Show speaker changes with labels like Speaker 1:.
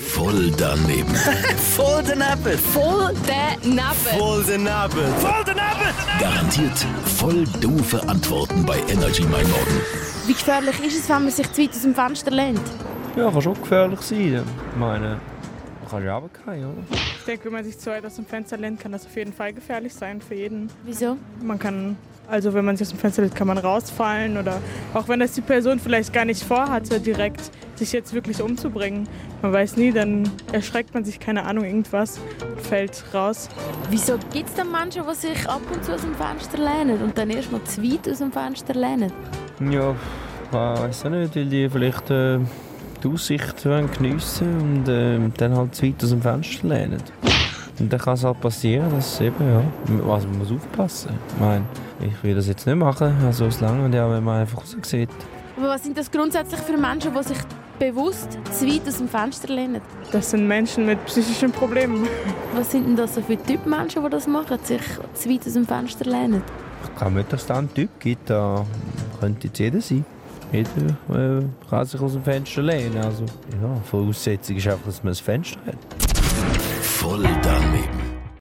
Speaker 1: Voll daneben.
Speaker 2: Voll Apple.
Speaker 3: Voll daneben.
Speaker 2: Voll Apple.
Speaker 1: Garantiert voll doofe Antworten bei Energy Mein Morgen.
Speaker 4: Wie gefährlich ist es, wenn man sich zu weit aus dem Fenster lehnt?
Speaker 5: Ja, kann schon gefährlich sein. Ich meine, man kann ja runterfallen, oder?
Speaker 6: Ich denke, wenn man sich zu weit aus dem Fenster lehnt, kann das auf jeden Fall gefährlich sein für jeden.
Speaker 4: Wieso?
Speaker 6: Man kann, also wenn man sich aus dem Fenster lehnt, kann man rausfallen oder auch wenn das die Person vielleicht gar nicht vorhatte, direkt sich jetzt wirklich umzubringen. Man weiß nie, dann erschreckt man sich, keine Ahnung, irgendwas, fällt raus.
Speaker 4: Wieso gibt es denn Menschen, die sich ab und zu aus dem Fenster lehnen und dann erst mal zu weit aus dem Fenster lehnen?
Speaker 5: Ja, ich weiß auch nicht, weil die vielleicht äh, die Aussicht wollen geniessen und ähm, dann halt zu weit aus dem Fenster lehnen. Und dann kann es halt passieren, dass eben, ja, also man muss aufpassen. Ich meine, ich will das jetzt nicht machen, also solange, ja, wenn man einfach so sieht.
Speaker 4: Aber was sind das grundsätzlich für Menschen, die sich bewusst zu weit aus dem Fenster lehnen?
Speaker 6: Das sind Menschen mit psychischen Problemen.
Speaker 4: Was sind denn das so für Typen Menschen, die das machen, sich zu weit aus dem Fenster lehnen?
Speaker 5: Ich glaube nicht, dass es da einen Typ gibt, da könnte jetzt jeder sein. Jeder äh, kann sich aus dem Fenster lehnen, also ja, Voraussetzung ist einfach, dass man ein Fenster hat.
Speaker 1: Voll daneben.